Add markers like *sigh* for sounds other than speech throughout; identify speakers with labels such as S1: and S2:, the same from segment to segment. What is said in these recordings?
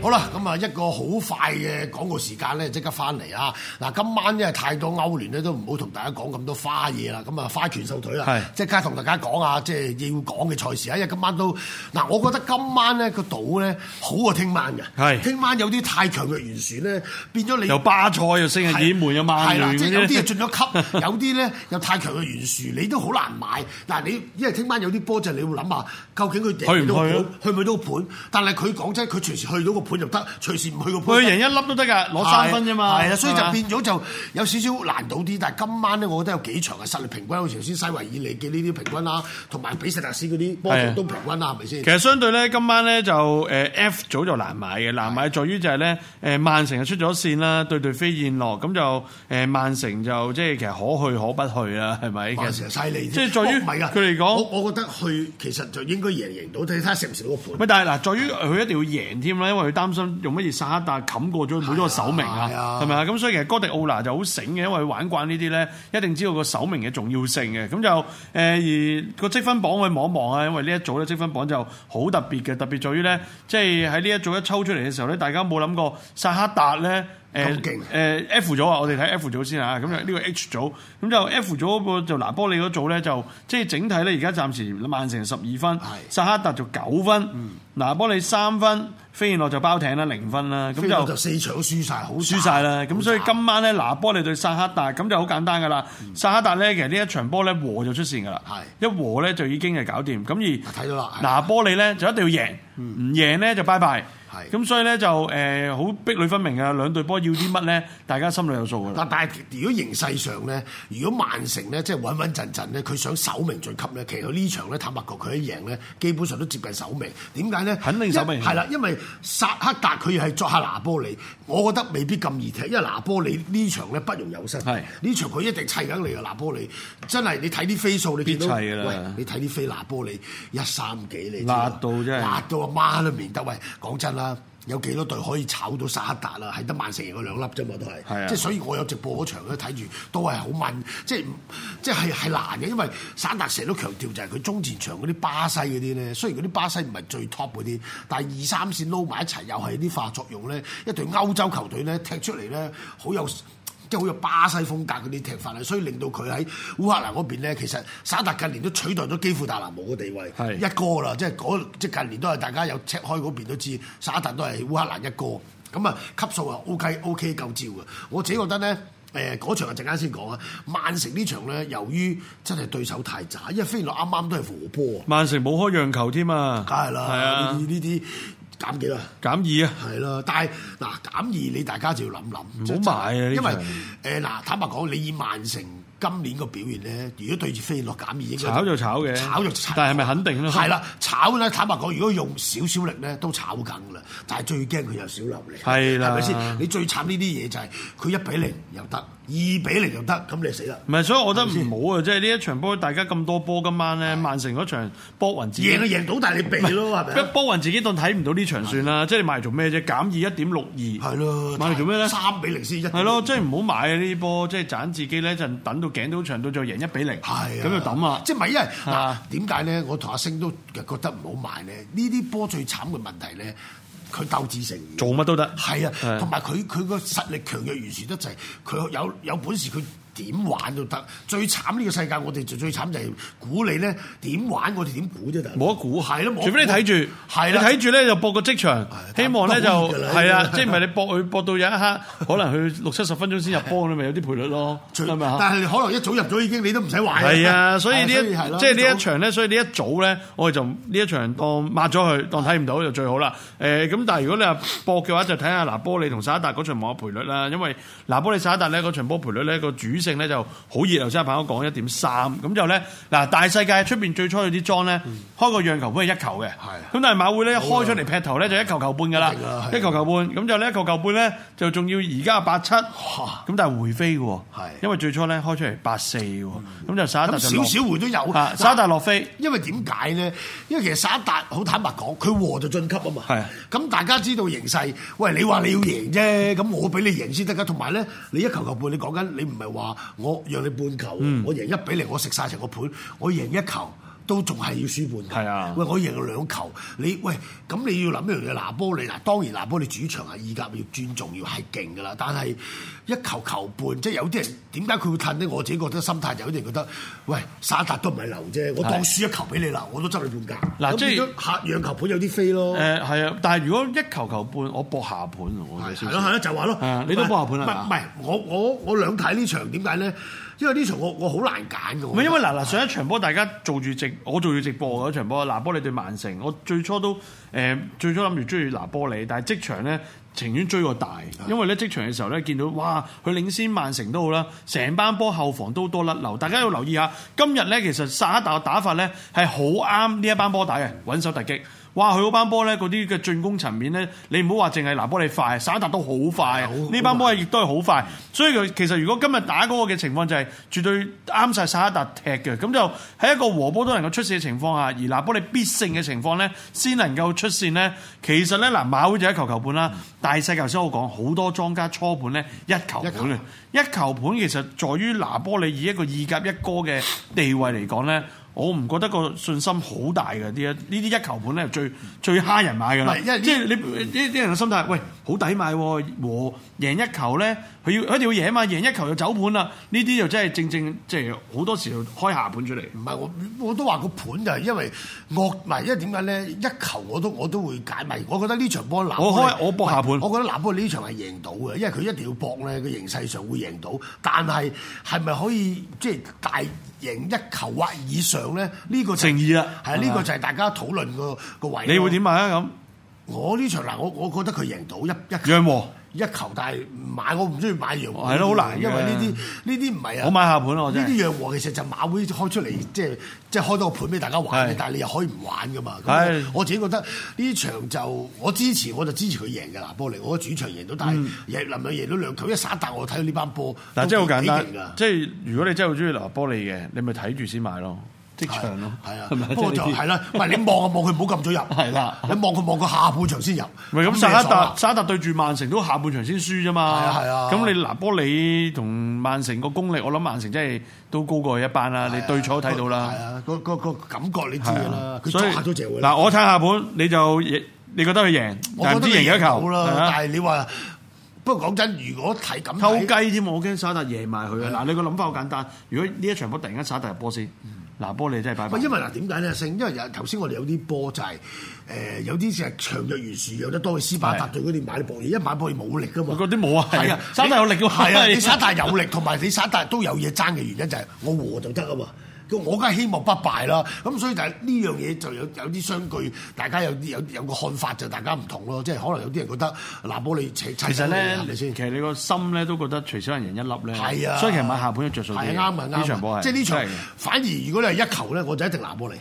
S1: 好啦，咁啊一個好快嘅廣告時間咧，即刻翻嚟啊！嗱，今晚因為太多歐聯咧，都唔好同大家講咁多花嘢啦。咁啊，花拳繡腿啦
S2: 係，
S1: 即刻同大家講下即係要講嘅賽事啊！因為今晚都嗱，我覺得今晚咧個賭咧好過聽晚嘅，
S2: 係
S1: 聽晚有啲太強嘅懸殊咧，變咗你
S2: 由巴塞又升啊，
S1: 係
S2: 演門啊，曼
S1: 係啦，
S2: 聯
S1: 即係有
S2: 嗰
S1: 啲係。
S2: 啲
S1: 進咗級， *laughs* 有啲咧有太強嘅懸殊，你都好難買。嗱，你因為聽晚有啲波就係你會諗下，究竟佢
S2: 去唔
S1: 到個
S2: 去啊
S1: 盤，去唔去到個盤？但係佢講真，佢隨時去到個盤就得，隨時唔去個盤
S2: 佢
S1: 就得。
S2: 贏一粒都得㗎，攞三分啫嘛。
S1: 係啊，所以
S2: 係
S1: 就
S2: 嘛
S1: 變咗就有少少難賭啲。但係今晚咧，我覺得有幾場嘅實力平均，好似頭先西維爾利嘅呢啲平均啦，同埋比薩特斯嗰啲波
S2: 係
S1: 幅
S2: 啊
S1: 都平均啦，係咪先
S2: 其？實相對咧，今晚咧就誒、呃 F 組就難買嘅，難買在於就係咧誒曼城就出咗線啦，對對飛燕落，咁就誒、呃曼城就即係其實可去可不去啦，係咪？其
S1: 曼城
S2: 實
S1: 犀利啫，
S2: 即係在於
S1: 哦唔係㗎
S2: 佢嚟講
S1: 我我覺得去其實就應該贏贏到，睇下食唔食到個盤。
S2: 喂，但係嗱，在於呃佢一定要贏添啦，因為佢擔心用乜嘢沙特冚過咗每咗個首名
S1: 係啊
S2: 啊，係咪啊？咁所以其實哥迪奧拿就好醒嘅，因為佢玩慣呢啲咧，一定知道個首名嘅重要性嘅。咁就誒、呃而個積分榜去望一望啊，因為呢一組咧積分榜就好特別嘅，特別在於咧，即係喺呢一組一抽出嚟嘅時候咧，大家冇諗過薩克達呃咧。
S1: 咁
S2: 誒
S1: 勁
S2: 誒、F 組啊，我哋睇 F 組先啊，咁就呢個 H 組，咁就 F 組嗰個就拿波利嗰組咧，就即係整體咧，而家暫時曼城十二分
S1: 係，嗯
S2: 薩克達就九分，拿波利三分，飛燕諾就包艇啦零分啦，咁
S1: 咁就
S2: 就
S1: 就啊四場輸晒，好
S2: 輸晒啦。咁所以今晚咧，拿波利對薩克達，咁就好簡單噶啦。薩克達咧，其實呢一場波咧和就出線噶啦，
S1: 嗯係
S2: 一和咧就已經係搞掂。咁而
S1: 睇到啦，
S2: 拿波利咧就一定要贏，唔贏咧就拜拜。
S1: 係
S2: 咁所以咧就誒好壁壘分明啊，兩隊波要啲乜咧，大家心裏有數噶啦。
S1: 嗱，但係如果形勢上咧，如果曼城咧即係穩穩陣陣咧，佢想首名晉級咧，其實佢呢場咧坦白講，佢一贏咧，基本上都接近首名。點解咧？
S2: 肯定首名
S1: 因係啦，因為薩克達佢係作客拿波利，我覺得未必咁易踢，因為拿波利呢場咧不容有失。
S2: 係
S1: 呢場佢一定砌緊你嘅拿波利，真係你睇啲飛數，你見到
S2: 必砌㗎啦
S1: 喂，你睇啲飛拿波利一三幾你知
S2: 辣
S1: 道
S2: 到真係
S1: 辣到阿媽都唔認得。喂，講真啦。有幾多隊可以炒到薩克達啦？係得曼城贏嗰兩粒啫嘛，都係。
S2: 係啊
S1: 即係所以我有直播嗰場咧睇住都係好問，即係唔即係係難嘅，因為散達成日都強調就係佢中前場嗰啲巴西嗰啲咧，雖然嗰啲巴西唔係最 top 嗰啲，但係二三線撈埋一齊又係啲化學作用咧，一隊歐洲球隊咧踢出嚟咧好有。即係好有巴西風格嗰啲踢法咧，所以令到佢喺烏克蘭嗰邊咧，其實散達近年都取代咗基輔達拿姆嘅地位，
S2: 係
S1: 一哥啦，即係嗰即係近年都係大家有 check 開嗰邊都知，沙特都係烏克蘭一哥，咁啊級數啊 OK OK 夠照嘅。我自己覺得咧，誒、嗰場啊陣間先講啊，曼城呢場咧，由於真係對手太渣，因為飛燕諾啱啱都係和波啊，
S2: 曼城冇開讓球添啊，
S1: 梗係啦，
S2: 係啊
S1: 呢，啲呢啲減幾啦。
S2: 減二啊，
S1: 係啦，但係嗱減二你大家就要諗諗，
S2: 好買啊呢
S1: 因為
S2: 場
S1: 誒嗱坦白講，你以曼城今年個表現咧，如果對住飛燕諾減二應該
S2: 炒就炒嘅
S1: 炒就炒，
S2: 但係咪肯定咧
S1: 係啦，炒咧坦白講，如果用少少力咧都炒緊㗎啦，但係最驚佢有少流力，
S2: 係啦
S1: 係咪先？你最慘呢啲嘢就係佢一比零又得，二比零又得，咁你死啦！
S2: 唔係，所以我覺得唔好啊！即係呢一場波，大家咁多波，今晚咧，曼城嗰場波雲自己
S1: 贏就贏到，但係你避咯，係咪啊？
S2: 波雲自己當睇唔到呢場算啦。即係你買嚟做咩啫？減二一點六二，
S1: 係咯，
S2: 買嚟做咩咧？
S1: 三比零先一點六，
S2: 係咯，即係唔好買啊！呢啲波即係盞自己咧，就等到頸都長到就贏一比零，
S1: 係
S2: 咁就抌啊！
S1: 即係咪因為嗱
S2: 啊
S1: 點解咧？我同阿星都覺得唔好買咧。呢啲波最慘嘅問題咧，佢鬥志成疑。
S2: 做乜都得，
S1: 係啊，
S2: 係
S1: 同埋佢佢個實力強弱懸殊得滯，佢有有本事佢點玩都得。最慘呢個世界，我哋就最慘就係估你咧點玩，我哋點估啫？大佬
S2: 冇得估，
S1: 係咯，冇得估
S2: 除非你睇住，
S1: 係
S2: 你
S1: 啦，
S2: 睇住咧就搏個即場，
S1: 但
S2: 希望咧就
S1: 都好易㗎啦
S2: 係
S1: 呢
S2: 啊，
S1: 個
S2: 即係唔係你搏佢搏到有一刻，可能佢六七十分鐘先入波，你咪有啲賠率咯，
S1: 最
S2: 係咪啊？
S1: 但係你可能一早入咗已經，你都唔使玩啦。
S2: 係啊，所以呢一
S1: 係係咯
S2: 即係呢
S1: 早
S2: 一 *laughs* 場咧，所以呢一組咧，我哋就呢一場當抹咗佢，當睇唔到就最好啦。誒、咁，但係如果你話博嘅話，就睇下拿波利同沙達嗰場網嘅賠率啦，因為拿波利沙達咧嗰場波賠率咧個主勝勝咧就好熱，頭先阿鵬哥講一點三，咁就咧嗱大世界出邊最初有啲莊咧開個讓球盤係一球嘅，咁但係馬會咧開出嚟劈頭咧就一球球半㗎啦
S1: 係啊，係啊
S2: 一球球半，咁就呢一球球半咧就仲要而家八七，咁但係回飛嘅喎
S1: 係，嗯
S2: 因為最初咧開出嚟八四嘅喎，咁就沙特
S1: 咁
S2: 就落
S1: 少少回都有
S2: 啊，沙特落飛。
S1: 因為點解咧？因為其實沙達好坦白講，佢和就晉級啊嘛。
S2: 係
S1: 咁大家知道形勢，喂，你話你要贏啫，咁我俾你贏先得噶。同埋咧，你一球球半，你講緊你唔係話我讓你半球，我贏一比零，我食晒成個盤，我贏一球。都仲係要輸半㗎
S2: 係啊
S1: 喂，我贏咗兩球，你喂咁你要諗一樣嘢，拿波利嗱，當然拿波利主場係意甲要尊重，要係勁噶啦。但係一球球半，即係有啲人點解佢會褪呢？我自己覺得心態就有啲人覺得，喂，沙達都唔係流啫，我當
S2: 係
S1: 輸一球俾你啦，我都執你半格。
S2: 嗱
S1: 咁
S2: 即係
S1: 變咗客讓球盤有啲飛咯。
S2: 誒係啊，但係如果一球球半，我搏下盤喎我哋
S1: 係
S2: 先
S1: 係咯係咯，就話
S2: 係啊
S1: 咯。
S2: 你啊都幫下盤
S1: 唔
S2: 係
S1: 係
S2: 嘛
S1: 唔係，我我我兩睇呢場點解咧？因為呢場我我好難揀嘅。
S2: 唔
S1: 唔
S2: 係因為嗱嗱上一場波大家做住直，我做住直播嗰場波，拿波利對曼城，我最初都誒、呃最初諗住追拿波利，但係即場咧情願追個大，
S1: 啊
S2: 因為咧即場嘅時候咧見到哇，佢領先曼城都好啦，成班波後防都多甩流，大家要留意下今日咧其實沙打打法咧係好啱呢一班波打嘅，穩手突擊。哇！佢嗰班波咧，嗰啲嘅進攻層面咧，你唔好話淨係拿波利快，沙達都好快啊！
S1: 好
S2: 呢班波係亦都係好快，所以佢其實如果今日打嗰個嘅情況就係絕對啱晒沙達踢嘅，咁就喺一個和波都能夠出線嘅情況下，而拿波利必勝嘅情況咧，先能夠出線咧。其實咧嗱，馬會就一球球半啦，大細頭先我講好多莊家初盤咧一球盤嘅，一球盤其實在於拿波利以一個二甲一哥嘅地位嚟講咧。我唔覺得個信心好大嘅，呢一呢啲一球盤咧最最蝦人買㗎啦
S1: 唔係因為，呢
S2: 即係你啲啲人嘅心態，喂，好抵買喎，和贏一球咧，佢要佢一定要贏啊嘛，贏一球就走盤啦，呢啲就真係正正即係好多時候開下盤出嚟。
S1: 唔係我我都話個盤就係因為惡，唔係因為點解咧？一球我都我都會解埋。我覺得呢場波拿波利
S2: 我開我搏下盤
S1: 唔係我覺得拿波利呢場係贏到嘅，因為佢一定要搏咧，佢形勢上會贏到。但係係咪可以即係大贏一球或以上咧？呢、個就係
S2: 誠意啦啊
S1: 係呢個就係大家討論個個位。
S2: 你會點？買啊？
S1: 我呢場嗱，我我覺得佢贏到一一
S2: 咁讓和，
S1: 一球，但係唔買我唔中意買洋和。
S2: 係咯好難嘅
S1: 因為呢啲呢啲唔係啊。
S2: 我買下盤啊我
S1: 呢
S2: 真係。
S1: 啲樣和其實就馬會開出嚟，即係即係開多個盤俾大家玩
S2: 係
S1: 嘅，但係你又可以唔玩噶嘛。
S2: 係
S1: 咁我我自己覺得呢場就我支持，我就支持佢贏嘅嗱，波利，我覺得主場贏到，但係贏能唔能贏到兩球？因為沙特我睇到呢班波，
S2: 嗯嗱，即係好簡單
S1: 都幾勁㗎，
S2: 即係如果你真係好中意拿波利嘅，你咪睇住先買咯，即場咯，
S1: 係啊
S2: 係咪，
S1: 不過就
S2: 即係呢啲
S1: 係啦，唔係你望就望佢，唔好撳咗入，
S2: *laughs* 係啦
S1: 你望佢望佢下半場先入，
S2: 唔係咁
S1: 你就
S2: 沙
S1: 爽啦
S2: 特沙特對住曼城都下半場先輸啫嘛，
S1: 係啊係啊
S2: 咁你拿波里同曼城個功力，我諗曼城真係都高過佢一班啦，你對賽都睇到啦
S1: 係。啊，個個個感覺你知
S2: 係
S1: 㗎
S2: 啊
S1: 啦，佢抓咗隻會啦
S2: 嗱，我睇下盤，你就你覺得佢贏，
S1: 我
S2: 但
S1: 覺
S2: 係唔
S1: 得
S2: 知
S1: 佢
S2: 贏幾多
S1: 到
S2: 球
S1: 啦，
S2: 係
S1: 但
S2: 啊
S1: 係你話不過講真，如果睇咁
S2: 偷
S1: 睇
S2: 雞添，我驚沙特贏埋佢啊！嗱，你個諗法好簡單，如果呢一場波突然間沙特入波先，嗱波你真係
S1: 嗯
S2: 拜拜
S1: 啊喂，。因為嗱點解咧？勝，因為有頭先我哋有啲波就係、誒有啲就係長若懸殊，有得多去斯巴達
S2: 係
S1: 對嗰啲買博嘢，一買博嘢冇力噶嘛。
S2: 嗰啲冇啊，
S1: 係啊，
S2: 沙特有力㗎嘛，
S1: 係啊，你沙特有力，同埋你沙特都有嘢爭嘅原因就係我和就得啊嘛。咁我梗係希望不敗啦，咁所以就係呢樣嘢就有有啲相距，大家有啲有有個看法就大家唔同咯，即係可能有啲人覺得拿波利砌砌
S2: 其實咧，
S1: 係咪
S2: 其
S1: 先？
S2: 實你個心咧都覺得隨少人贏一粒咧，
S1: 係啊，
S2: 所以其實買下盤都着數啲嘅。
S1: 係啱啊啱啊
S2: 呢場波係
S1: 即係呢場
S2: 真嘅
S1: 反而如果你係一球咧，我就一定拿波嚟。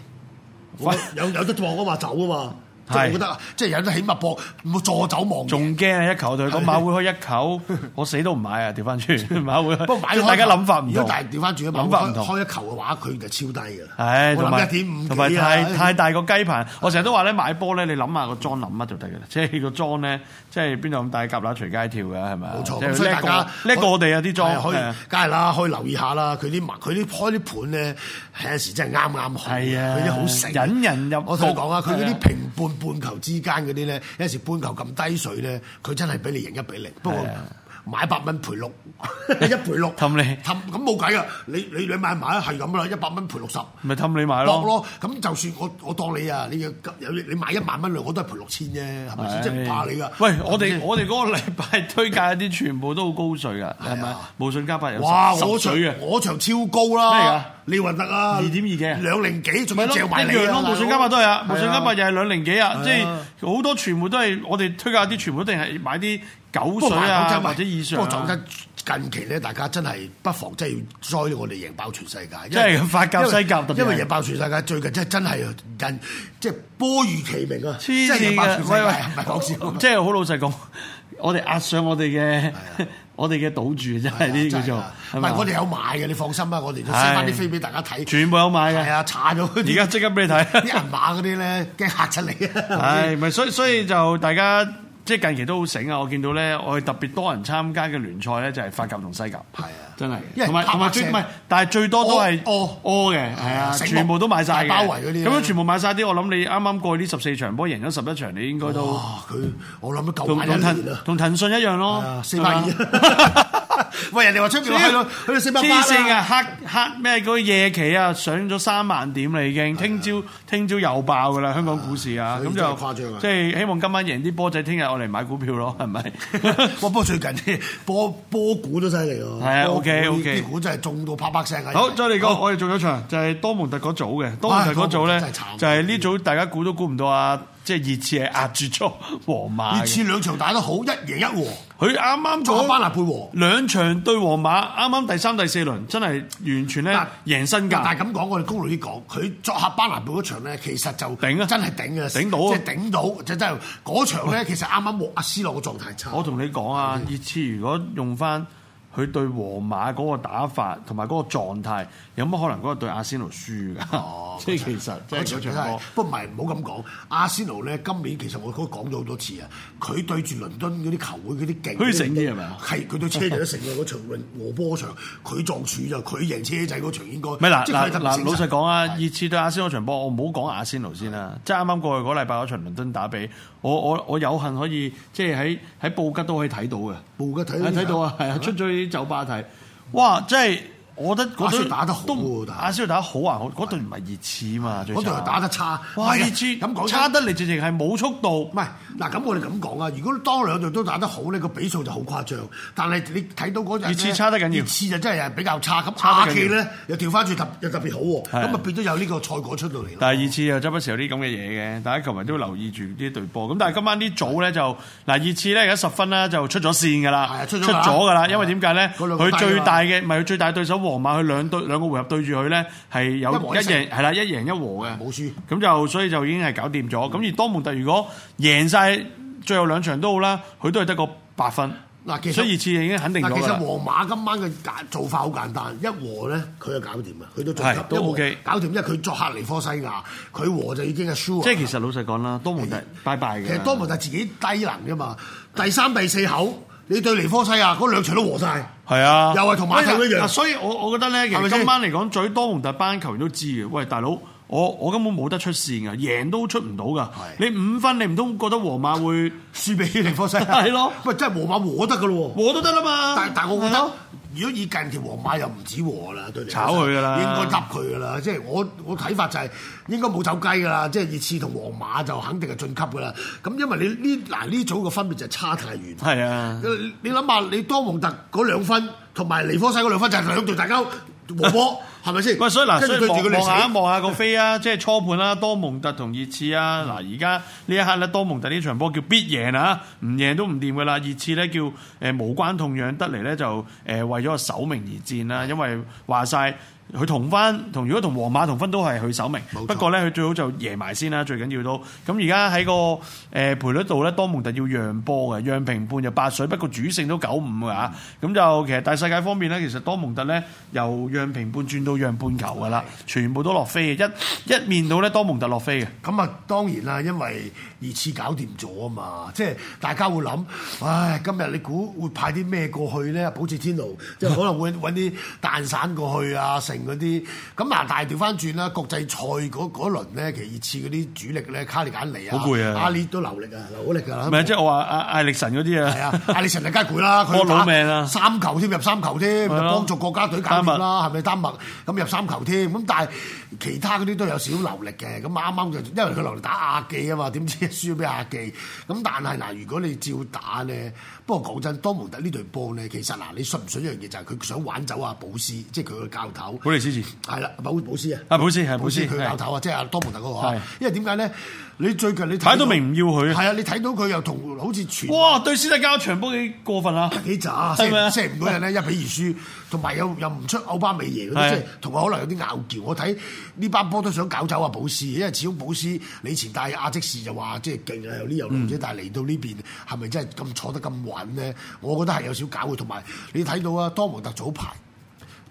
S1: 我
S2: 喂
S1: 有有得搏啊嘛，走啊嘛，即
S2: 係
S1: 係我覺得即係有得起碼搏，唔好助走望贏。
S2: 仲驚啊！一球對講馬會開一球，我死都唔買啊！調翻
S1: *laughs*
S2: 轉馬會開，
S1: 不過買
S2: 即
S1: 開
S2: 係大家諗法唔
S1: 如果
S2: 同。
S1: 但係調翻轉啊嘛，
S2: 諗法唔
S1: 開
S2: 同
S1: 開一球嘅話，佢就超低㗎啦。
S2: 唉，
S1: 我
S2: 同埋
S1: 諗一點五
S2: 同埋
S1: 幾啊
S2: 太
S1: 唉
S2: 太大個雞棚，我成日都話咧買波咧，你諗下個莊諗乜啊就得嘅啦， *laughs* 即係個莊咧，即係邊度咁大夾乸隨街跳嘅係咪啊？
S1: 冇錯，
S2: 即係
S1: 咁所以
S2: 叻
S1: 大
S2: 過
S1: 家
S2: 叻過我哋啊啲
S1: 係可以
S2: 莊，，
S1: 梗係啦，可以留意下啦。佢啲佢啲開啲盤咧，係有時真係啱啱好，
S2: 係啊
S1: 佢啲好醒，
S2: 引人入
S1: 我同你講啊，
S2: 局
S1: 佢嗰
S2: 係
S1: 啲
S2: 啊
S1: 平半半球之間嗰啲咧，有時半球咁低水咧，佢真係俾你贏一比零。不過
S2: 係啊
S1: 買百蚊賠
S2: *laughs*
S1: 六，一賠六
S2: 氹你
S1: 氹咁冇計噶。你你你買唔買係咁啦，一百蚊賠六十。
S2: 咪氹你買
S1: 搏
S2: 咯。
S1: 咯，咁就算我我當你啊，你有有你買一萬蚊兩，我都係賠六千啫，係咪先？即係唔怕你噶。
S2: 喂，
S1: 係
S2: 我
S1: 咪
S2: 哋
S1: 先啊
S2: 我哋嗰個禮拜推介啲全部都好高水噶，係咪？無信加八有
S1: 哇！啊
S2: 十
S1: 我
S2: 十
S1: 場
S2: 水嘅。啊
S1: 我場超高
S2: 咩嚟㗎
S1: 啦，你運得啊？
S2: 2.2嘅
S1: 兩零幾，仲
S2: 咪
S1: 要
S2: 咯，
S1: 掟埋你
S2: 一樣咯，無信加八都係啊，無信加八
S1: 係
S2: 又係兩零幾啊，即
S1: 啊
S2: 係好多傳媒都係我哋推介啲傳媒一定係買啲九
S1: 不
S2: 水
S1: 過話講
S2: 啊
S1: 真
S2: 或者以上
S1: 不過講
S2: 啊，
S1: 真，近期咧，大家真係不妨真係要栽我哋贏爆全世界，因
S2: 真係
S1: 為
S2: 發酵
S1: 因為
S2: 西甲特別係啊
S1: 因為贏爆全世界最近真係真係人即係波如其名啊！
S2: 黐
S1: 真係
S2: 線
S1: 贏爆全
S2: 嘅，
S1: 世
S2: 喂
S1: 界
S2: 喂
S1: 唔係講笑，，
S2: 即係好老實講， *laughs* 我哋壓上我哋嘅
S1: 啊
S2: *laughs* 我哋嘅賭注真係呢啲叫
S1: 真係
S2: 做
S1: 啊
S2: 係
S1: 唔
S2: 咪
S1: 係我哋有買嘅，你放心啊！我哋都 send
S2: 係
S1: 翻啲飛俾大家睇，
S2: 全部有買
S1: 係
S2: 嘅，
S1: 啊，查咗
S2: 而
S1: 而
S2: 家即刻俾
S1: *laughs*
S2: 你睇。
S1: 啲銀碼嗰啲咧，驚嚇親你
S2: *laughs*
S1: 啊！
S2: 係咪？所以所以就大家即係近期都好醒啊！我見到咧，我哋特別多人參加嘅聯賽咧，就係法甲同西甲。
S1: 係啊
S2: 真係
S1: 因為
S2: 同埋
S1: 啪啪
S2: 同埋最
S1: 聲
S2: 唔係，但係最多都係
S1: 屙
S2: 屙嘅，係啊，
S1: 哦醒目
S2: 全部都買晒嘅，
S1: 大包圍嗰啲啊咧
S2: 咁樣全部買晒啲，我諗你啱啱過去呢十四場波贏咗十一場，你應該都
S1: 哇！佢我諗都夠
S2: 同
S1: 哦玩一
S2: 同
S1: 年
S2: 騰
S1: 啦，
S2: 同騰訊一樣
S1: 係
S2: 咯
S1: 啊，，四百
S2: 係嘛
S1: 二。喂，人哋話出 *laughs* 面去到去到四百八
S2: 黐線
S1: 啦，
S2: 嘅黑黑咩嗰個夜期啊，上咗三萬點啦已經，聽朝聽朝又爆噶啦香港股市啊，
S1: 所以
S2: 咁
S1: 真啊係
S2: 就
S1: 誇張啊
S2: 即係希望今晚贏啲波仔，聽日我嚟買股票咯，係咪？
S1: 哇！不過最近啲波波股都犀利喎，
S2: 係啊
S1: 波股
S2: OK，OK
S1: 啲股真係中到啪啪聲啊！
S2: *laughs* 好，再嚟講，我哋仲有場就係多蒙特嗰組嘅，多蒙特嗰組咧
S1: 唉多蒙特
S2: 就
S1: 真係
S2: 係
S1: 慘
S2: 呢組大家估都估唔到啊！即係熱刺係壓住咗皇馬
S1: 熱
S2: 嘅，
S1: 刺兩場打得好，一贏一和，
S2: 佢啱啱
S1: 仲有班
S2: 嗰
S1: 拿配和。
S2: 兩場對皇馬，啱啱第三、第四輪真係完全咧
S1: 但
S2: 贏身
S1: 但
S2: 㗎，
S1: 係咁講，我哋公道啲講，佢作客巴拿貝嗰場咧，其實就
S2: 頂啊
S1: 真係頂啊，
S2: 頂到
S1: 即
S2: 啊
S1: 係頂到，就真係嗰場咧，其實啱啱莫阿斯朗嘅狀態差。
S2: 我同你講啊，
S1: 嗯
S2: 熱刺如果用翻佢對皇馬嗰個打法同埋嗰個狀態，有乜可能嗰個對阿仙奴輸
S1: 哦
S2: *laughs* 㗎？即係其實即係嗰場波。
S1: 不過唔係，唔好咁講。阿仙奴咧，今年其實我都講咗好多次啊，佢對住倫敦嗰啲球會嗰啲勁，
S2: 佢醒啲係咪啊
S1: 係佢對車仔都醒嘅嗰場和波嗰場，佢撞柱就佢贏車仔嗰場應該。
S2: 咪嗱
S1: 即係佢係
S2: 嗱
S1: 特別
S2: 嗱，
S1: 醒
S2: 老
S1: 神
S2: 實講啊，
S1: 係
S2: 熱刺對阿仙奴場波，我唔好講阿仙奴先啦，即係啱啱過去嗰禮拜嗰場倫敦打比，我我我有幸可以即係喺喺布吉都可以睇到嘅，
S1: 布吉睇到
S2: 係睇到啊，
S1: 嗯
S2: 係啊，出咗去酒吧睇，哇！即係我覺得嗰
S1: 阿仙
S2: 隊
S1: 奴打得好
S2: 都
S1: 喎但係
S2: 阿仙奴打得好還好，嗰隊唔係熱刺嘛，最
S1: 嗰隊
S2: 慘
S1: 又打得差
S2: 哇！
S1: 係啊
S2: 熱刺
S1: 咁講真
S2: 差得嚟，直情係冇速度
S1: 唔，係嗱，咁我哋咁講啊，如果當兩隊都打得好呢個比數就好誇張。但係你睇到嗰陣咧
S2: 熱刺差得緊要
S1: 熱刺就真係比較差。咁亞
S2: 差得緊要
S1: 記咧又調翻轉特又特別好喎，
S2: 係
S1: 咁
S2: 啊
S1: 啊變咗有呢個賽果出到嚟咯。
S2: 但係二次又周不時有啲咁嘅嘢嘅，大家球迷都要留意住呢隊波。咁但係今晚啲組咧就嗱二次咧而家十分啦，就出咗線㗎
S1: 係
S2: 啦
S1: 啊，出咗㗎啦
S2: 咗㗎啦。因為點解咧？
S1: 嗰兩個
S2: 佢最大嘅唔係佢最大對手皇馬，佢兩對兩個回合對住佢咧係有
S1: 一和
S2: 一
S1: 一勝
S2: 贏係啦，一贏一和嘅，
S1: 冇輸。
S2: 咁就所以就已經係搞掂咗。咁而多蒙特如果贏晒最後兩場都好啦，佢都係得個八分。
S1: 嗱其實
S2: 所以二次已經肯定咗
S1: 嗱，其
S2: 㗎
S1: 實
S2: 啦。
S1: 皇馬今晚嘅做法好簡單，一和咧佢就搞掂啊，佢都晉級
S2: 係，都
S1: 一和
S2: OK
S1: 搞掂，因為佢作客尼科西亞，佢和就已經係 sure。
S2: 即係其實老實講啦，多蒙特拜拜嘅。
S1: 其實多蒙特自己低能啫嘛，第三、第四口你對尼科西亞嗰兩場都和晒，
S2: 係啊，
S1: 又係同馬體會一樣
S2: 嗱所以我我覺得咧，其
S1: 係
S2: 實
S1: 咪先
S2: 今晚嚟講，最多蒙特班球員都知嘅。喂，大佬，我我根本冇得出線嘅，贏都出唔到㗎。你五分，你唔通覺得皇馬會
S1: 輸俾尼科西亞。
S2: *laughs* 係咯
S1: 喂，真係皇馬和得噶咯喎！
S2: 我都得啦嘛？
S1: 但但我覺
S2: 係咯
S1: 得，如果以近期皇馬又唔止和啦，對尼科西亞
S2: 炒佢㗎啦
S1: 應該笠佢㗎啦。即係我我睇法就係應該冇走雞㗎啦，即係熱刺同皇馬就肯定係晉級㗎啦。咁因為你呢嗱呢組嘅分別就差太遠。
S2: 係啊。
S1: 你你諗下，你多蒙特嗰兩分同埋尼科西嗰兩分就係兩隊大家和波，係咪先？
S2: 喂，所以嗱，
S1: 跟
S2: 所
S1: 住
S2: 以
S1: 對
S2: 望
S1: 住佢
S2: 望
S1: 哋
S2: 下
S1: 死
S2: 望下個飛啊，即係初盤啦，多蒙特同熱刺啊，嗱而家呢一刻咧，多蒙特呢場波叫必贏啊，唔贏都唔掂噶啦，熱刺咧叫誒、呃、無關痛癢得嚟咧就誒、呃、為咗個首名而戰啦，因為話晒佢同分同如果同皇馬同分都係佢首名
S1: 冇，錯
S2: 不過咧佢最好就贏埋先啦，最緊要都咁而家喺個誒、呃、賠率度咧，多蒙特要讓波嘅，讓平半就八水，不過主勝都九五㗎嚇，咁就其實大世界方面咧，其實多蒙特咧由讓平半轉到讓半球㗎啦，全部都落飛嘅，一一面到咧多蒙特落飛嘅。
S1: 咁啊，當然啦，因為二次搞掂咗啊嘛，即係大家會諗，唉，今日你估會派啲咩過去咧？保捷天奴即係可能會揾啲蛋散過去啊，剩嗰啲。咁啊嗱，但係調翻轉啦，國際賽嗰嗰輪咧，其實熱刺嗰啲主力咧，卡利簡尼啊，
S2: 好攰啊
S1: 阿列都流力啊，流好力㗎啦。
S2: 唔係即係我話阿艾力神嗰啲
S1: 係
S2: 啊，
S1: 啊，艾利臣就梗係攰
S2: *laughs*
S1: 啦，
S2: 搏
S1: 佢
S2: 老
S1: 打
S2: 命啊
S1: 三球添入三球添，
S2: 係咯
S1: 幫助國家隊搞掂啦，係咪丹麥咁入三球添？咁但係其他嗰啲都有少少流力嘅。咁啱啱就因為佢流力打亞記啊嘛，點知輸咗俾亞記。咁但係嗱，如果你照打咧，不過講真，多蒙特呢隊波咧，其實嗱，你信唔信一樣嘢就係佢想玩走阿保斯，即係佢個教頭。
S2: 保利斯治
S1: 係啦，保保斯啊。
S2: 啊，保斯係保
S1: 好
S2: 斯
S1: 似佢教
S2: 係
S1: 頭啊，即係阿多蒙特嗰個
S2: 係
S1: 啊，因為點解咧？你最近你睇
S2: 擺到明唔要佢啊
S1: 係啊！你睇到佢又同好似全
S2: 哇！對斯特加場波幾過分啊！
S1: 幾渣，即
S2: 係咪啊
S1: 係即係唔嗰日咧一比二輸，同埋又又唔出歐巴美耶嗰
S2: 係
S1: 啲，即係同佢可能有啲拗撬。我睇呢班波都想搞走阿保斯，因為始終保斯你以前帶亞積士就話即係勁啊，有呢有路啫，但係嚟到呢邊係咪真係咁坐得咁穩咧？我覺得係有少搞嘅，同埋你睇到啊，多蒙特早排。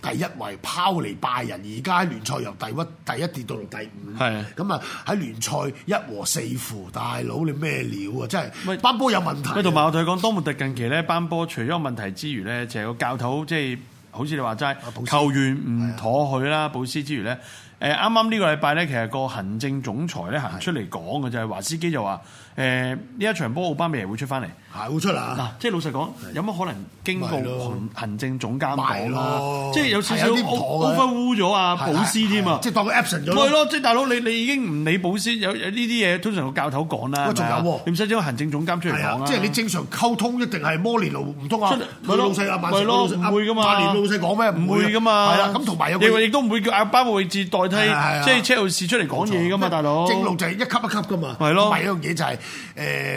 S1: 第一位拋離拜仁，而家喺聯賽由第屈第一跌到落第五，
S2: 係
S1: 咁啊喺聯賽一和四負，大佬你咩料啊？真
S2: 喂
S1: 係班波有問題啊。
S2: 喂，同埋我同你講，多蒙特近期咧班波除咗有問題之餘咧，就係、個教頭即係好似你話齋
S1: 啊保，斯嗯
S2: 球員唔妥佢啦，保斯之餘咧，誒啱啱呢個禮拜咧，其實個行政總裁咧行出嚟講嘅就係華斯基就話誒呢一場波奧巴美係會出翻嚟。
S1: 係會出嚟啊！
S2: 嗱，即係老實講，有乜可能經過
S1: 咪咯
S2: 行行政總監
S1: 咪
S2: 講啦
S1: 咯？
S2: 即係有少少
S1: 係有啲唔妥嘅
S2: overrule 咗啊，
S1: 係
S2: 保斯添啊
S1: 係！即係當佢 absent 咗
S2: 咪
S1: 咯。
S2: 咯，即係大佬，你你已經唔理保斯有有呢啲嘢，通常個教頭講啦。
S1: 喂仲有
S2: 係咪啊
S1: 喎
S2: 你唔使將行政總監出嚟
S1: 係
S2: 講
S1: 啊
S2: 啦。，
S1: 即係你正常溝通一定係摩連奴唔通啊
S2: 出嚟？ *laughs* 咪
S1: 佢
S2: 咯
S1: 老細啊，曼
S2: 咪
S1: 城
S2: 咯
S1: 老細啊
S2: 唔會㗎嘛
S1: 曼聯老細講咩？啊
S2: 唔會噶嘛，
S1: 係啦，咁同埋有個
S2: 亦亦都唔會叫啊阿巴布維治代
S1: 係啊係啊
S2: 替，即係車路士出嚟講嘢噶嘛，大佬。
S1: 正路就係一級一級噶嘛。
S2: 係咯
S1: 同埋一樣嘢就係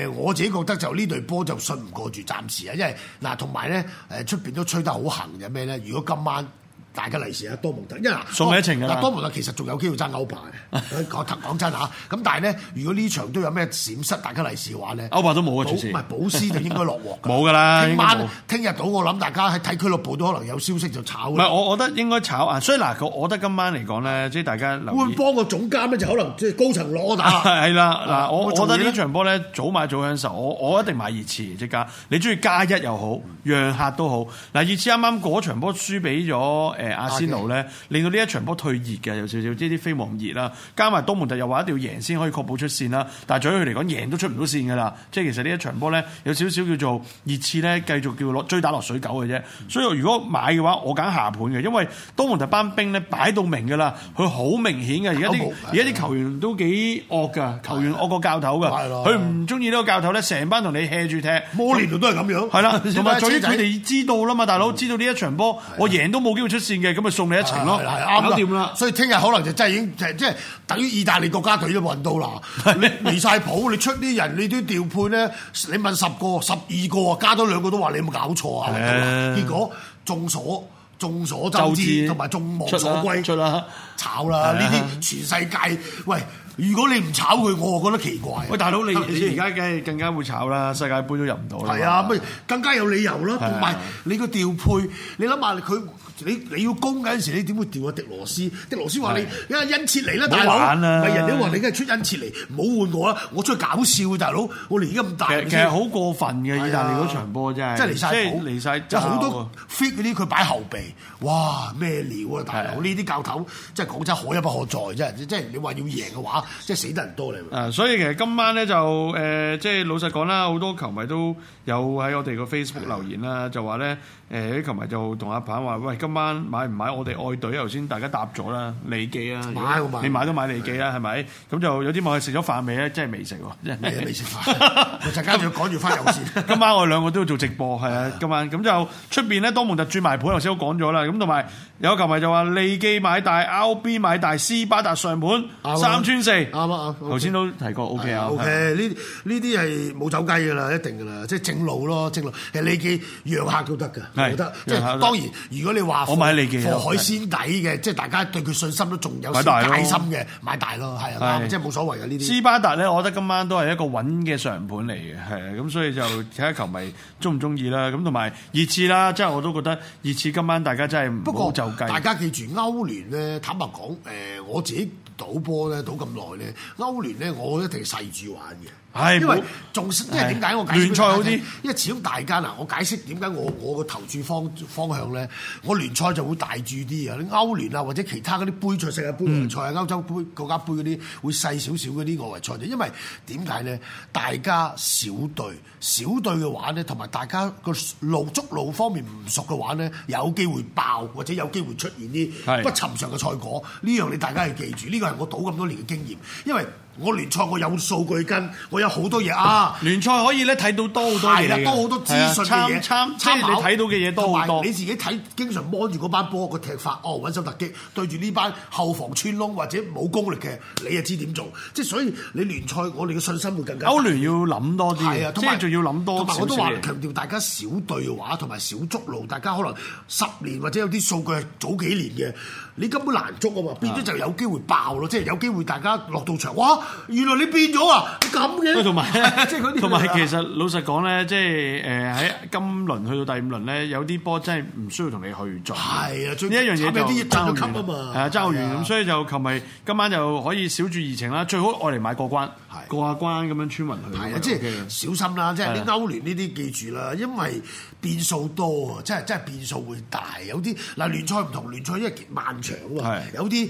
S1: 誒，我自己覺得就呢隊波就信唔過住，暫時啊，因為嗱，同埋咧誒出邊都吹得好行嘅咩咧？如果今晚大家利是啊，多蒙特，因為嗱哦
S2: 送你一程㗎啦
S1: 嗱多蒙特其實仲有機會爭歐霸嘅，講講真嚇。咁但係咧，如果呢場都有咩閃失，大家利是嘅話咧，
S2: 歐霸都冇啊，
S1: 保
S2: 隨
S1: 唔
S2: 時
S1: 係保斯就應該落鑊㗎
S2: *laughs* 冇㗎啦
S1: 聽
S2: 應該冇
S1: 晚啊聽日到我諗大家喺睇俱樂部都可能有消息就炒
S2: 唔
S1: 啦
S2: 係，。我我覺得應該炒啊。所以嗱，我覺得今晚嚟講咧，即係大家留
S1: 會
S2: 意。
S1: 幫個總監咧就可能即係高層攞打。
S2: *laughs* 係啦，嗱，
S1: 啊
S2: 哦我我
S1: 我
S2: 覺
S1: 同意
S2: 得
S1: 啦
S2: 呢場波咧，早買早享受。我我一定買熱刺即加，你中意加一又好，讓客都好。嗱，熱刺啱啱嗰場波輸俾咗誒阿仙奴咧，令到呢一場波退熱嘅，有少少即係啲飛黃熱啦。加埋多蒙特又話一定要贏先可以確保出線啦。但係對於佢嚟講，贏都出唔到線㗎啦。即係其實呢一場波咧，有少少叫做熱刺咧，繼續叫落追打落水狗嘅啫。所以我如果買嘅話，我揀下盤嘅，因為多蒙特班兵咧擺到明㗎啦，佢好明顯嘅。而家
S1: 搞
S2: 啲
S1: 冇
S2: 而家啲球員都幾惡㗎，球員惡過教頭㗎。
S1: 係咯
S2: 佢唔中意呢個教頭咧，成班同你 hea 住踢。
S1: 摩連奴都係咁樣。
S2: 係
S1: *laughs*
S2: 啦，同埋
S1: 最
S2: 最於佢哋知道啦嘛，大
S1: 嗯
S2: 佬知道呢一場波我贏都冇機會出線嘅，咁咪送你一程咯，
S1: 啊係啦係啦啱
S2: 搞
S1: 啦
S2: 掂啦。
S1: 所以聽日可能就真係已經即係等於意大利國家隊都運到啦。你離晒譜，你出啲人你都調配咧，你問十個、十二個啊，加多兩個都話你有冇搞錯啊？
S2: 誒
S1: 結果眾所眾所周知，同埋眾望
S2: 出
S1: 所
S2: 啦
S1: 歸
S2: 出。啦。
S1: 炒啦！
S2: 係啊
S1: 呢啲全世界，喂，如果你唔炒佢，我覺得奇怪。啊
S2: 喂，大佬你
S1: 係咪
S2: 你而
S1: 先
S2: 家梗係更加會炒啦，世界盃都入唔到啦。
S1: 係啊，咪更加有理由啦。
S2: 係啊
S1: 同埋你個調配，你諗下佢你你要攻嗰陣時，你點會調啊迪羅斯？迪羅斯話你
S2: 係
S1: 你啊恩切尼啦，
S2: 唔好
S1: 大佬，
S2: 玩啊
S1: 咪人哋都話你梗係出恩切尼，唔好換我啦，我出去搞笑啊，大佬，我年紀咁大，
S2: 其
S1: 係
S2: 實
S1: 咪
S2: 其
S1: 先
S2: 實好過分嘅，意大利嗰場波真係，
S1: 啊真係離晒
S2: 即
S1: 譜
S2: 係離晒，啊
S1: 即係好多 fit 嗰啲佢擺後備，哇咩料啊大
S2: 係啊
S1: 佬！呢啲教頭真係講真可一不可再，真係即係你話要贏嘅話，即係死得人多
S2: *laughs*
S1: 你。
S2: 啊，所以其實今晚咧就誒、呃即係老實講啦，好多球迷都有喺我哋個 Facebook 留言啦，就話咧誒啲球迷就同阿鵬話：喂，今晚買唔買我哋愛隊？頭先大家答咗啦，利記啊，
S1: 買
S2: 如果
S1: 我買
S2: 你買都買利記啦，係咪？咁就有啲問佢食咗飯未咧，真係未食喎，真
S1: 咩
S2: 係
S1: 都未食飯， *laughs* 我陣間仲要趕住翻
S2: *laughs*
S1: 有線。
S2: 今晚我哋兩個都要做直播，係啊，今晚咁就出邊咧，多蒙特轉埋盤，頭先都講咗啦。咁同埋有球迷就話利記買大，RB 買大，斯巴達上盤
S1: 啊
S2: 三穿四，
S1: 啱啊啱
S2: 頭先都提過 OK 啊
S1: O K，呢呢啲係冇走雞㗎啦，一定㗎啦，即係正路咯，正路。其實你記讓客都得㗎，
S2: 係
S1: 我覺得。即
S2: 讓客都得
S1: 係當然，如果你話
S2: 我買利記啊
S1: 貨海鮮底嘅，即係大家對佢信心都仲有
S2: 買
S1: 少
S2: 大咯
S1: 戒心嘅，買大咯，係啊
S2: 係
S1: 啱，即係冇所謂嘅呢啲。
S2: 斯巴達咧，我覺得今晚都係一個穩嘅上盤嚟嘅，係啊咁所以就睇下球迷中唔中意啦。咁同埋熱刺啦，即係我都覺得熱刺今晚大家真係
S1: 不
S2: 唔好
S1: 過
S2: 就計。
S1: 大家記住歐聯咧，坦白講，誒、我自己賭波咧，賭咁耐咧，歐聯咧，我一定細住玩嘅。
S2: 唉
S1: 因為
S2: 冇
S1: 仲即係點解我解釋
S2: 聯賽好
S1: 俾大家
S2: 啲
S1: 聽因為始終大家嗱，我解釋點解我我個投注方方向咧，我聯賽就會大注啲啊，啲歐聯啊或者其他嗰啲杯賽、世界盃聯賽啊、歐洲杯、國家杯嗰啲會細少少嗰啲外圍賽啫。因為點解咧？大家小隊小隊嘅話咧，同埋大家個路捉路方面唔熟嘅話咧，有機會爆或者有機會出現
S2: 係
S1: 啲不尋常嘅賽果。呢樣你大家要記住，呢個係我賭咁多年嘅經驗，因為。我聯賽我有數據跟，我有好多嘢啊！
S2: 聯賽可以咧睇到多好多嘢
S1: 係啦，
S2: 嘅，
S1: 多好多資訊
S2: 係啊
S1: 嘅嘢，
S2: 參參即係你睇到嘅嘢多好
S1: 同
S2: 多
S1: 埋你。自己睇，經常摸住嗰班波個踢法，哦，穩守突擊，對住呢班後防穿窿或者冇功力嘅，你就知點做。即係所以你聯賽，我哋嘅信心會更加大。
S2: 歐聯要諗多啲
S1: 係啊，
S2: 嘅，
S1: 同
S2: 即
S1: 埋
S2: 係仲要諗多
S1: 同埋
S2: 少少
S1: 我都話
S2: 嘢。
S1: 強調大家小對話同埋小捉路，大家可能十年或者有啲數據係早幾年嘅，你根本難捉啊嘛，變咗就有機會爆咯，即係有機會大家落到場，哇！原來你變咗啊，你咁嘅，
S2: 同埋
S1: *laughs* 即係嗰啲啊
S2: *laughs* 同埋其實老實講咧，即係誒喺今輪去到第五輪咧，有啲波真係唔需要同你去進。
S1: 係啊，最
S2: 呢一樣嘢就
S1: 慘有啲
S2: 爭好
S1: 爭級啊
S2: 遠
S1: 嘛，
S2: 係啊爭好遠
S1: 係啊
S2: 咁，所以就琴日今晚就可以小注怡情啦，最好愛嚟買過關，
S1: 係
S2: 過下關咁樣穿雲去。
S1: 係啊，即
S2: OK 嘅
S1: 係小心啦，即係
S2: 係啊
S1: 啲歐聯呢啲記住啦，因為變數多啊，即係即係變數會大。有啲嗱聯賽唔同，聯賽因為漫長啊嘛
S2: 係，
S1: 有啲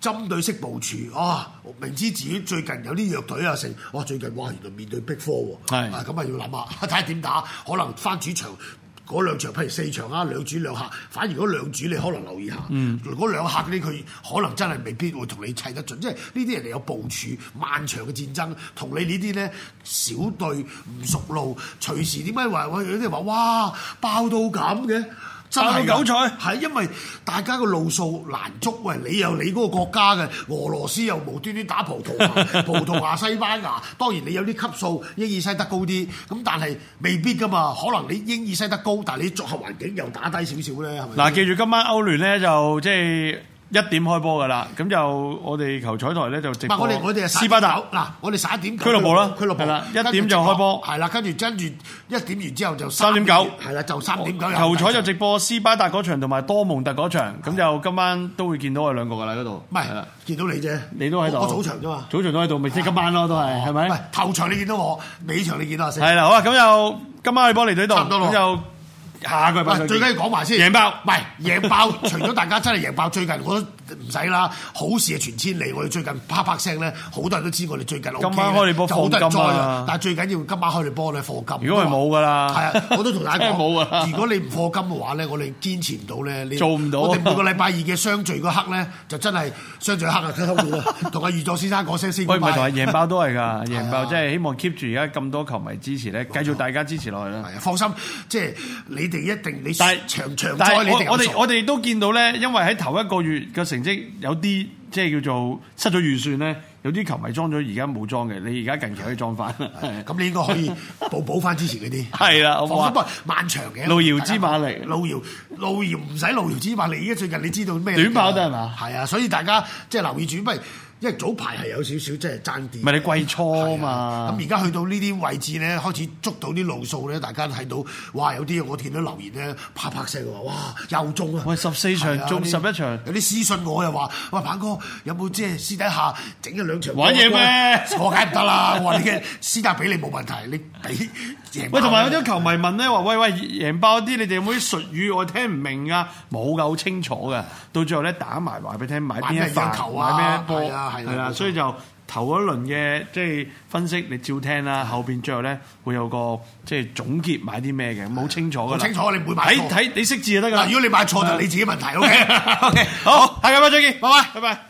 S1: 針對式部署啊，明知自己最近有啲弱隊啊成，哇最近哇原來面對逼科喎，
S2: 係
S1: 啊咁啊 *laughs* 要諗下睇下點打，可能翻主場。嗰兩場譬如四場啊，兩主兩客，反而嗰兩主你可能留意下，
S2: 嗯
S1: 如果兩客嗰啲佢可能真係未必會同你砌得準，即係呢啲人哋有部署，漫長嘅戰爭，同你呢啲咧小隊唔熟路，隨時點解話喂有啲人話哇爆到咁嘅？真係㗎
S2: 爆到九彩
S1: 係因為大家個路數難捉，喂，你有你嗰個國家嘅，俄羅斯又無端端打葡萄牙， *laughs* 葡萄牙、西班牙，當然你有啲級數，英意西德高啲，咁但係未必噶嘛，可能你英意西德高，但係你綜合環境又打低少少咧，係咪？
S2: 嗱，記住今晚歐聯咧就即係一點開波㗎啦，咁就我哋球彩台咧就直
S1: 唔係
S2: 播
S1: 我哋我哋係
S2: 斯巴達。
S1: 嗱，我哋十一點
S2: 俱樂部啦
S1: 俱樂部
S2: 係啦
S1: 跟住
S2: 一點就開波
S1: 係啦，跟住跟住一點完之後就
S2: 三點九哦
S1: 係啊啦，就三點九
S2: 球彩就直播斯巴達嗰場同埋多蒙特嗰場，咁就今晚都會見到我哋兩個㗎啦嗰度。
S1: 啊唔係
S2: 係啦
S1: 見到你啫，
S2: 你都喺度。
S1: 我我早場啫嘛，
S2: 早場都喺度，咪即係今晚咯，都係係
S1: 喂
S2: 咪？
S1: 頭場你見到我，尾場你見到阿四。
S2: 係啦，好啊，咁就今晚去幫嚟到呢度，
S1: 差唔多咯
S2: 咁就下個禮拜
S1: 喂，
S2: 再
S1: 啊最
S2: 見
S1: 緊要講埋先，
S2: 啊贏爆
S1: 唔係贏爆， *laughs* 除咗大家真係贏爆，最近我都唔使啦，好事係傳千里，我哋最近啪啪聲咧，好多人都知我哋最近 OK
S2: 今晚開你波
S1: 就好多人
S2: 放金啊
S1: join 但係最緊要今晚開你波咧課金。
S2: 如果係冇㗎啦
S1: 係啊，我都同大
S2: *laughs*
S1: 家
S2: 真係
S1: 講
S2: 冇㗎啦
S1: 如果你唔課金嘅話咧，我哋堅持唔到咧，你
S2: 做唔到啊
S1: 我哋每個禮拜二嘅相聚嗰刻咧，就真係相聚黑啊，溝溝
S2: *laughs*
S1: 啊，同阿預助先生講聲先。
S2: 喂，唔係
S1: goodbye
S2: 同埋贏爆都
S1: *laughs*
S2: 係㗎，贏爆
S1: 係啊
S2: 即係希望 keep 住而家咁多球迷支持咧，繼續大家支持落去啦。
S1: 係啊，放心，即係你哋一定你
S2: 但係
S1: 長長
S2: 但
S1: 災，你
S2: 係
S1: 哋
S2: 我我
S1: 有
S2: 哋
S1: 數
S2: 我哋都見到咧，因為喺頭一個月嘅成績有啲即係叫做失咗預算咧，有啲球迷裝咗而家冇裝嘅，你而家近期可以裝翻。
S1: *laughs* 咁你應該可以補 *laughs* 補翻之前嗰啲。
S2: 係啦好唔好啊
S1: 放心不過漫長嘅。
S2: 路遙知馬力
S1: 大家路遙路遙唔使路遙知馬力，而家最近你知道咩？
S2: 短跑得係嘛？
S1: 係啊，所以大家即係留意住，不如因為早排係有少少即係爭啲。
S2: 唔係你季初啊
S1: 係啊
S2: 嘛
S1: 咁，而家去到呢啲位置咧，開始捉到啲路數咧，大家睇到哇，有啲我見到留言咧，啪啪聲話哇又中啊！
S2: 喂14場
S1: 係啊
S2: 中
S1: 有啲
S2: 11場
S1: 有啲私信我又話：喂，鵬哥有冇即係私底下整一兩場
S2: 玩嘢咩
S1: *laughs* 我梗係唔得啦！我話你嘅私底俾你冇問題，你俾贏爆
S2: 喂，同埋有啲球迷問咧話：喂喂，贏爆啲你哋有冇啲術語我聽唔明啊？冇㗎，好清楚㗎。到最後咧打埋話俾你聽，買邊
S1: 買
S2: 一
S1: 咩
S2: 塊
S1: 樣球啊
S2: 買咩波，
S1: 係啊係啊
S2: 係啦，
S1: 冇錯
S2: 所以就頭一輪嘅即係分析你照聽啦，後邊最後咧會有個即係總結買啲咩嘅，咁好清楚㗎啦。
S1: 好清楚你唔會買
S2: 睇
S1: 錯
S2: 睇你識字就得㗎啦
S1: 嗱，
S2: *laughs*
S1: 如。果你買錯就你自己問題。OK，啊
S2: 好，下個禮拜再見，
S1: 拜拜
S2: 拜拜。